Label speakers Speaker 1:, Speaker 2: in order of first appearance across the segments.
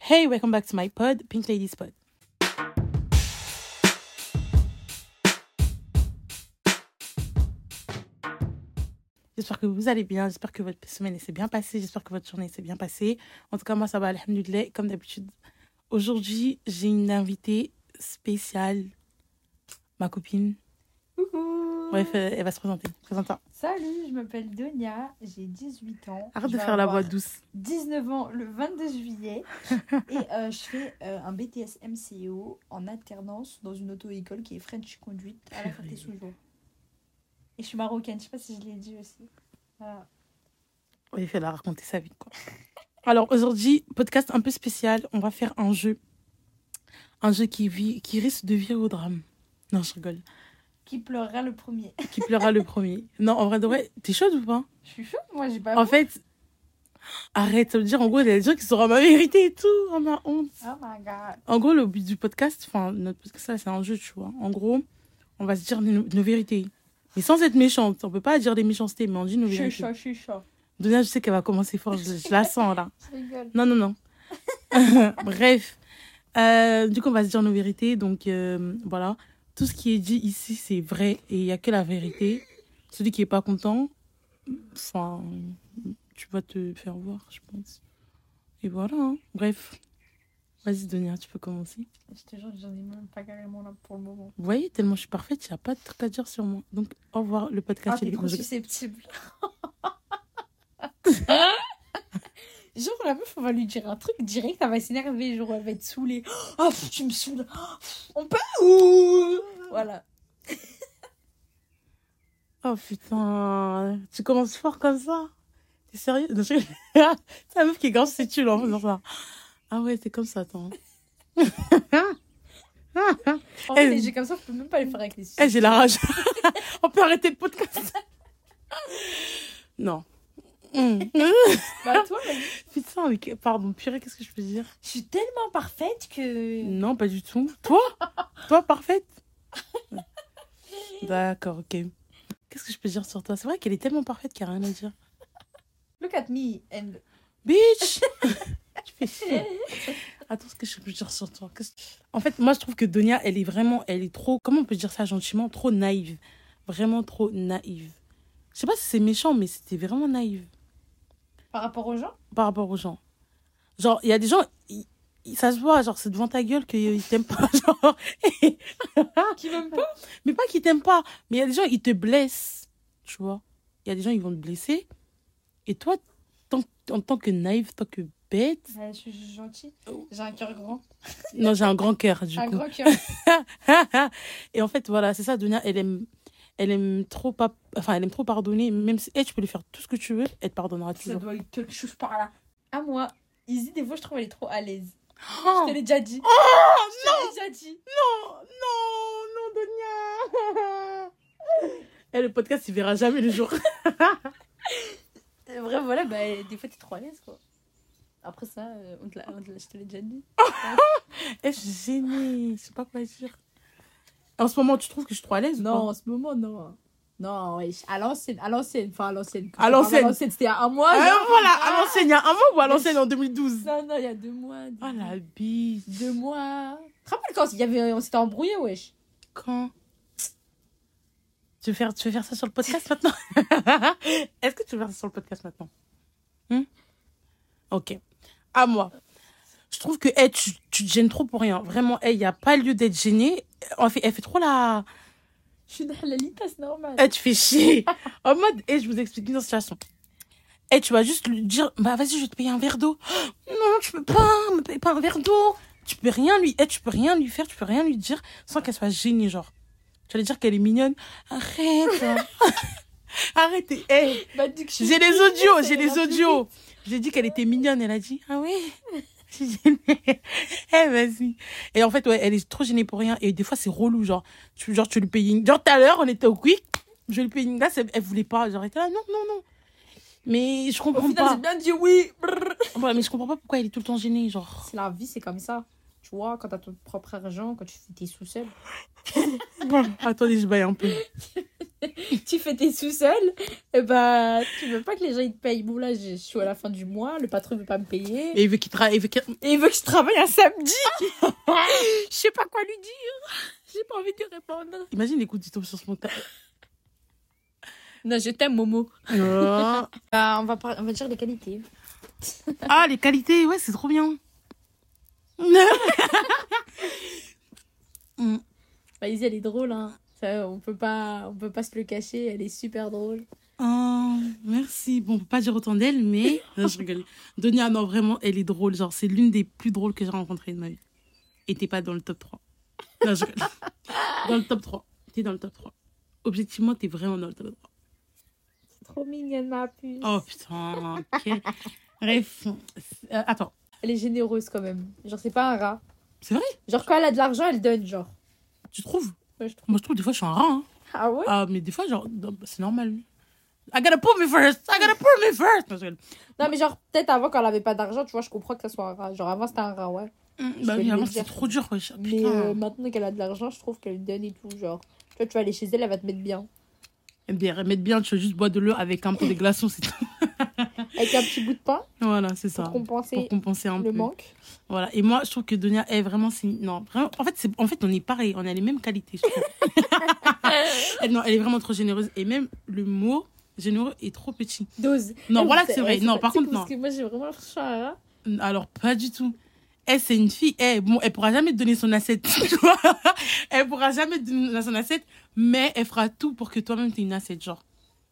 Speaker 1: Hey, welcome back to my pod, Pink Ladies Pod. J'espère que vous allez bien, j'espère que votre semaine s'est bien passée, j'espère que votre journée s'est bien passée. En tout cas, moi, ça va, alhamdoulilah, comme d'habitude. Aujourd'hui, j'ai une invitée spéciale, ma copine.
Speaker 2: Coucou
Speaker 1: Bref, euh, elle va se présenter. Présente-toi.
Speaker 2: Salut, je m'appelle Donia, j'ai 18 ans.
Speaker 1: Arrête
Speaker 2: Je
Speaker 1: de
Speaker 2: vais
Speaker 1: faire la
Speaker 2: avoir
Speaker 1: voix douce.
Speaker 2: 19 ans le 22 juillet et euh, je fais euh, un BTS MCO en alternance dans une auto-école qui est French Conduite à la Ferté Soujour. Et je suis marocaine, je sais pas si je l'ai dit aussi. Euh, Voilà.
Speaker 1: Oui, il fallait raconter sa vie, quoi. Alors aujourd'hui, podcast un peu spécial. On va faire un jeu. Un jeu qui, vit, qui risque de virer au drame. Non, je rigole.
Speaker 2: Qui pleurera le premier
Speaker 1: Qui pleurera le premier. Non, en vrai, de vrai, t'es chaude ou pas
Speaker 2: Je suis chaude, moi j'ai pas.
Speaker 1: En fait, arrête, ça veut dire en gros, il y a des gens qui seront ma vérité et tout. On a honte.
Speaker 2: Oh my god.
Speaker 1: En gros, le but du podcast, enfin, notre podcast, là, c'est un jeu, tu vois. En gros, on va se dire nos, nos vérités. Mais sans être méchante. On peut pas dire des méchancetés, mais on dit nos
Speaker 2: Je suis
Speaker 1: vérités.
Speaker 2: chaud, je suis chaud.
Speaker 1: Donia, je sais qu'elle va commencer fort. Je, je la sens, là.
Speaker 2: Je rigole.
Speaker 1: Non, non, non. Bref. Euh, du coup, on va se dire nos vérités. Donc, euh, voilà. Tout ce qui est dit ici, c'est vrai. Et il n'y a que la vérité. Celui qui n'est pas content, enfin, tu vas te faire voir, je pense. Et voilà. hein. Bref. Vas-y, Donia, tu peux commencer.
Speaker 2: Je te jure, j'en ai même pas carrément là pour le moment.
Speaker 1: Vous voyez, tellement je suis parfaite, il n'y a pas de truc à dire sur moi. Donc, au revoir, le podcast.
Speaker 2: Ah,
Speaker 1: il
Speaker 2: t'es
Speaker 1: est-
Speaker 2: trop susceptible. genre, la meuf, on va lui dire un truc direct, elle va s'énerver, genre, elle va être saoulée. Ah, pff, tu me saoules. Ah, pff, On peut ou... Voilà.
Speaker 1: Oh putain, tu commences fort comme ça T'es sérieux Non, je- C'est la meuf qui est grave tu en faisant ça. Ah ouais, c'est comme ça, attends.
Speaker 2: En
Speaker 1: Elle-
Speaker 2: fait, les jeux comme ça, je peux même pas les faire avec les
Speaker 1: Eh, j'ai la rage. On peut arrêter le podcast. Non. Hmm.
Speaker 2: Bah, toi, vas-y.
Speaker 1: Putain, mais que- pardon, purée, qu'est-ce que je peux dire
Speaker 2: je suis tellement parfaite que.
Speaker 1: Non, pas du tout. Toi Toi, parfaite D'accord, ok. Qu'est-ce que je peux dire sur toi C'est vrai qu'elle est tellement parfaite qu'il n'y a rien à dire.
Speaker 2: Look at me and.
Speaker 1: Bitch Tu fais chier. Attends, ce que je peux dire sur toi Qu'est-ce que- En fait, moi, je trouve que Donia, elle est vraiment, elle est trop, comment on peut dire ça gentiment Trop naïve. Vraiment trop naïve. Je sais pas si c'est méchant, mais c'était vraiment naïve
Speaker 2: Par rapport aux gens
Speaker 1: par rapport aux gens. Genre, il y a des gens, ils- ils- ça se voit, genre, c'est devant ta gueule qu'ils t'aiment pas. Genre, Ah.
Speaker 2: Qui m'aiment pas
Speaker 1: mais pas qu'ils t'aiment pas, mais il y a des gens, ils te blessent. Tu vois Il y a des gens, ils vont te blesser. Et toi, tant- en tant que naïve, tant que bête,
Speaker 2: Ouais, Bah, Je suis gentille. J'ai un cœur grand.
Speaker 1: non, j'ai un grand cœur, Oh. du
Speaker 2: un
Speaker 1: coup.
Speaker 2: grand cœur.
Speaker 1: et en fait, voilà, c'est ça, Donia, elle aime, elle aime trop pas, enfin, elle aime trop pardonner, même si, eh, tu peux lui faire tout ce que tu veux, elle te pardonnera
Speaker 2: ça
Speaker 1: toujours.
Speaker 2: doit être quelque chose par là. À moi. Izzy, des fois, je trouve elle est trop à l'aise.
Speaker 1: Oh.
Speaker 2: Je te l'ai déjà dit. je te l'ai déjà dit.
Speaker 1: non, non, Donia. Eh, le podcast, il verra jamais le jour.
Speaker 2: Euh, Bref, voilà, bah, des fois, t'es trop à l'aise, quoi. Après ça, euh, on te l'a- on te l'a- je te l'ai déjà dit.
Speaker 1: Eh, je suis gênée, je sais pas quoi dire. En ce moment, tu trouves que je suis trop à l'aise ou
Speaker 2: Non,
Speaker 1: pas
Speaker 2: en ce moment, non. Non, wesh. À l'ancienne, à l'ancienne, enfin, à l'ancienne.
Speaker 1: À l'ancienne.
Speaker 2: À l'ancienne, c'était il y a un mois.
Speaker 1: Ah,
Speaker 2: genre.
Speaker 1: voilà, à l'ancienne, il y a un mois ou à
Speaker 2: Mais
Speaker 1: l'ancienne en 2012
Speaker 2: Non, non, il y a deux mois. Deux,
Speaker 1: Ah la bise.
Speaker 2: deux mois. Tu te rappelles quand il y avait, on s'était embrouillé, wesh
Speaker 1: Quand tu veux, faire, tu veux faire ça sur le podcast maintenant Est-ce que tu veux faire ça sur le podcast maintenant Hmm Ok. À moi. Je trouve que hey, tu, tu te gênes trop pour rien. Vraiment, il n'y a pas lieu d'être gênée. En fait, elle fait trop la...
Speaker 2: Je suis dans la lita, c'est normal.
Speaker 1: Eh, tu fais chier. en mode, eh, je vous explique une situation. Eh, tu vas juste lui dire, bah vas-y, je vais te payer un verre d'eau. Non, tu peux pas, me paye pas un verre d'eau. Tu peux rien lui, eh, tu peux rien lui faire, tu peux rien lui dire sans qu'elle soit gênée, genre. Tu vas lui dire qu'elle est mignonne. Arrête. Arrêtez. Eh,
Speaker 2: Bah, dès que je suis
Speaker 1: j'ai les
Speaker 2: petite,
Speaker 1: audios,
Speaker 2: elle
Speaker 1: j'ai les
Speaker 2: ira plus
Speaker 1: audios. J'ai dit qu'elle était mignonne, elle a dit, ah oui. Je suis gênée. Eh, vas-y. Et en fait, ouais, elle est trop gênée pour rien. Et des fois, c'est relou, genre. Tu, genre, tu lui payes une. Genre, tout à l'heure, on était au quick. Je lui paye une glace, elle, elle voulait pas. Genre, elle était là, non, non, non. Mais je
Speaker 2: vite. Au
Speaker 1: comprends
Speaker 2: final, j'ai
Speaker 1: pas.
Speaker 2: bien dit oui. Brrr.
Speaker 1: Ouais, mais je comprends pas pourquoi elle est tout le temps gênée, genre.
Speaker 2: C'est la vie, c'est comme ça. Tu vois, quand t'as ton propre argent, quand tu fais tes sous seul.
Speaker 1: Attendez, je baille un peu.
Speaker 2: tu fais tes sous seuls, et bah, tu veux pas que les gens ils te payent. Bon, là, je suis à la fin du mois, le patron veut pas me payer.
Speaker 1: Et il veut qu'il travaille. il veut qu'il-
Speaker 2: Et il veut que je travaille un samedi. Je sais pas quoi lui dire. J'ai pas envie de lui répondre.
Speaker 1: Imagine les coups du tombe sur ce montage.
Speaker 2: Non, je t'aime, Momo.
Speaker 1: Oh.
Speaker 2: Bah, on, va par- on va dire les qualités.
Speaker 1: Ah, les qualités, ouais, c'est trop bien.
Speaker 2: Maïsie, elle est drôle, hein. Ça, on peut pas, on peut pas se le cacher. Elle est super drôle.
Speaker 1: Oh, merci. Bon, on peut pas dire autant d'elle, mais. Non, je rigole. Donia, non, vraiment, elle est drôle. Genre, c'est l'une des plus drôles que j'ai rencontrées de ma vie. Et t'es pas dans le top 3. Non, je rigole. Dans le top 3. T'es dans le top 3. Objectivement, t'es vraiment dans le top 3.
Speaker 2: C'est trop mignonne, ma puce.
Speaker 1: Oh putain, ok. Bref. Euh, attends.
Speaker 2: Elle est généreuse quand même. Genre, c'est pas un rat.
Speaker 1: C'est vrai
Speaker 2: Genre, quand elle a de l'argent, elle donne, genre.
Speaker 1: Tu trouves
Speaker 2: Ouais, je trouve.
Speaker 1: Moi, je trouve des fois, je suis un rat. hein.
Speaker 2: Ah ouais
Speaker 1: Ah, mais des fois, genre, non, bah, c'est normal. I gotta pull me first! I gotta pull me first! Non, je rigole.
Speaker 2: Non, mais genre, peut-être avant, quand elle avait pas d'argent, tu vois, je comprends que ça soit un rat. Genre, avant, c'était un rat,
Speaker 1: Mm,
Speaker 2: ouais.
Speaker 1: Bah,
Speaker 2: vais
Speaker 1: oui,
Speaker 2: le
Speaker 1: vraiment,
Speaker 2: dire.
Speaker 1: c'est trop dur, wesh.
Speaker 2: Mais
Speaker 1: Putain.
Speaker 2: euh, maintenant qu'elle a de l'argent, je trouve qu'elle donne et tout. Genre, tu vois, tu vas aller chez elle, elle va te mettre bien.
Speaker 1: Eh bien, remette bien, tu veux juste boire de l'eau avec un peu de glaçons, c'est tout.
Speaker 2: Avec un petit bout de pain
Speaker 1: Voilà, c'est
Speaker 2: pour
Speaker 1: ça. Pour
Speaker 2: compenser
Speaker 1: compenser un
Speaker 2: le
Speaker 1: peu.
Speaker 2: manque.
Speaker 1: Voilà. Et moi, je trouve que Donia est vraiment. c'est- Non, vraiment. En fait, c'est... en fait, on est pareil. On a les mêmes qualités, je trouve. elle, non, elle est vraiment trop généreuse. Et même le mot généreux est trop petit.
Speaker 2: Dose.
Speaker 1: Non,
Speaker 2: Elle,
Speaker 1: voilà
Speaker 2: vous
Speaker 1: que c'est
Speaker 2: savez,
Speaker 1: vrai.
Speaker 2: elle,
Speaker 1: Non,
Speaker 2: c'est
Speaker 1: par
Speaker 2: pas-
Speaker 1: contre, non.
Speaker 2: Parce que moi, j'ai vraiment l'impression un rat.
Speaker 1: Alors, pas du tout. Elle, c'est une fille. Elle, bon, elle pourra jamais te donner son assiette. tu vois. elle pourra jamais te donner son assiette, mais elle fera tout pour que toi-même t'aies une assiette, genre.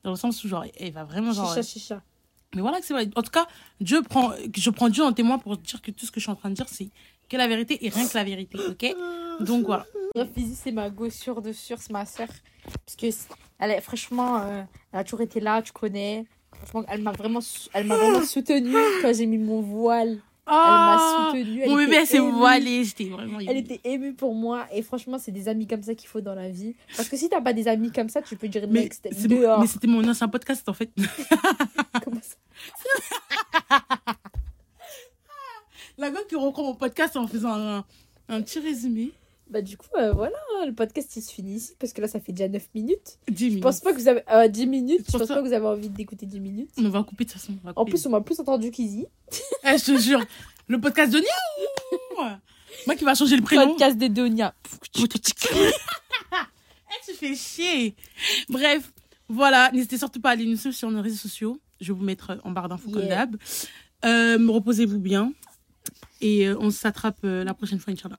Speaker 1: Dans le sens où, genre, elle va vraiment, genre.
Speaker 2: Chicha, chicha.
Speaker 1: Mais voilà que c'est vrai. En tout cas, Dieu prend, je prends Dieu en témoin pour dire que tout ce que je suis en train de dire, c'est que la vérité et rien que la vérité, ok Donc voilà.
Speaker 2: Bref, Izzy, c'est ma gossure de sûr, c'est ma sœur. Parce que, c'est- elle est- franchement, euh, elle a toujours été là, tu connais. Franchement, elle m'a vraiment, sou- elle m'a vraiment soutenue quand j'ai mis mon voile. Elle m'a soutenue. Ah, elle
Speaker 1: Ah Mon
Speaker 2: était
Speaker 1: bébé elle s'est
Speaker 2: émue.
Speaker 1: voilé, j'étais vraiment...
Speaker 2: Elle était émue pour moi et franchement, c'est des amis comme ça qu'il faut dans la vie. Parce que si t'as pas des amis comme ça, tu peux dire
Speaker 1: Mais
Speaker 2: next
Speaker 1: c'est-
Speaker 2: dehors.
Speaker 1: mais c'était mon ancien podcast en fait.
Speaker 2: Comment ça
Speaker 1: La gueule qui reprend mon podcast en faisant un, un petit résumé.
Speaker 2: Bah du coup, euh, voilà, le podcast il se finit ici parce que là, ça fait déjà 9 minutes.
Speaker 1: Jimmy,
Speaker 2: Je pense pas que vous avez euh, 10 minutes.
Speaker 1: C'est
Speaker 2: Je
Speaker 1: pour
Speaker 2: pense
Speaker 1: ça-
Speaker 2: pas que vous avez envie d'écouter 10 minutes.
Speaker 1: on va couper de toute façon. on va
Speaker 2: En
Speaker 1: couper.
Speaker 2: plus, on m'a plus entendu qu'Izzy.
Speaker 1: Eh, je te jure, le podcast de Niaou Moi qui va changer le prénom.
Speaker 2: Podcast de Donia.
Speaker 1: Eh, tu fais chier. Bref, voilà. N'hésitez surtout pas à aller nous suivre sur nos réseaux sociaux. Je vais vous mettre euh, en barre d'infos comme
Speaker 2: Yeah.
Speaker 1: d'hab. Euh, reposez-vous bien. Et euh, on s'attrape euh, la prochaine fois, Inch'Allah.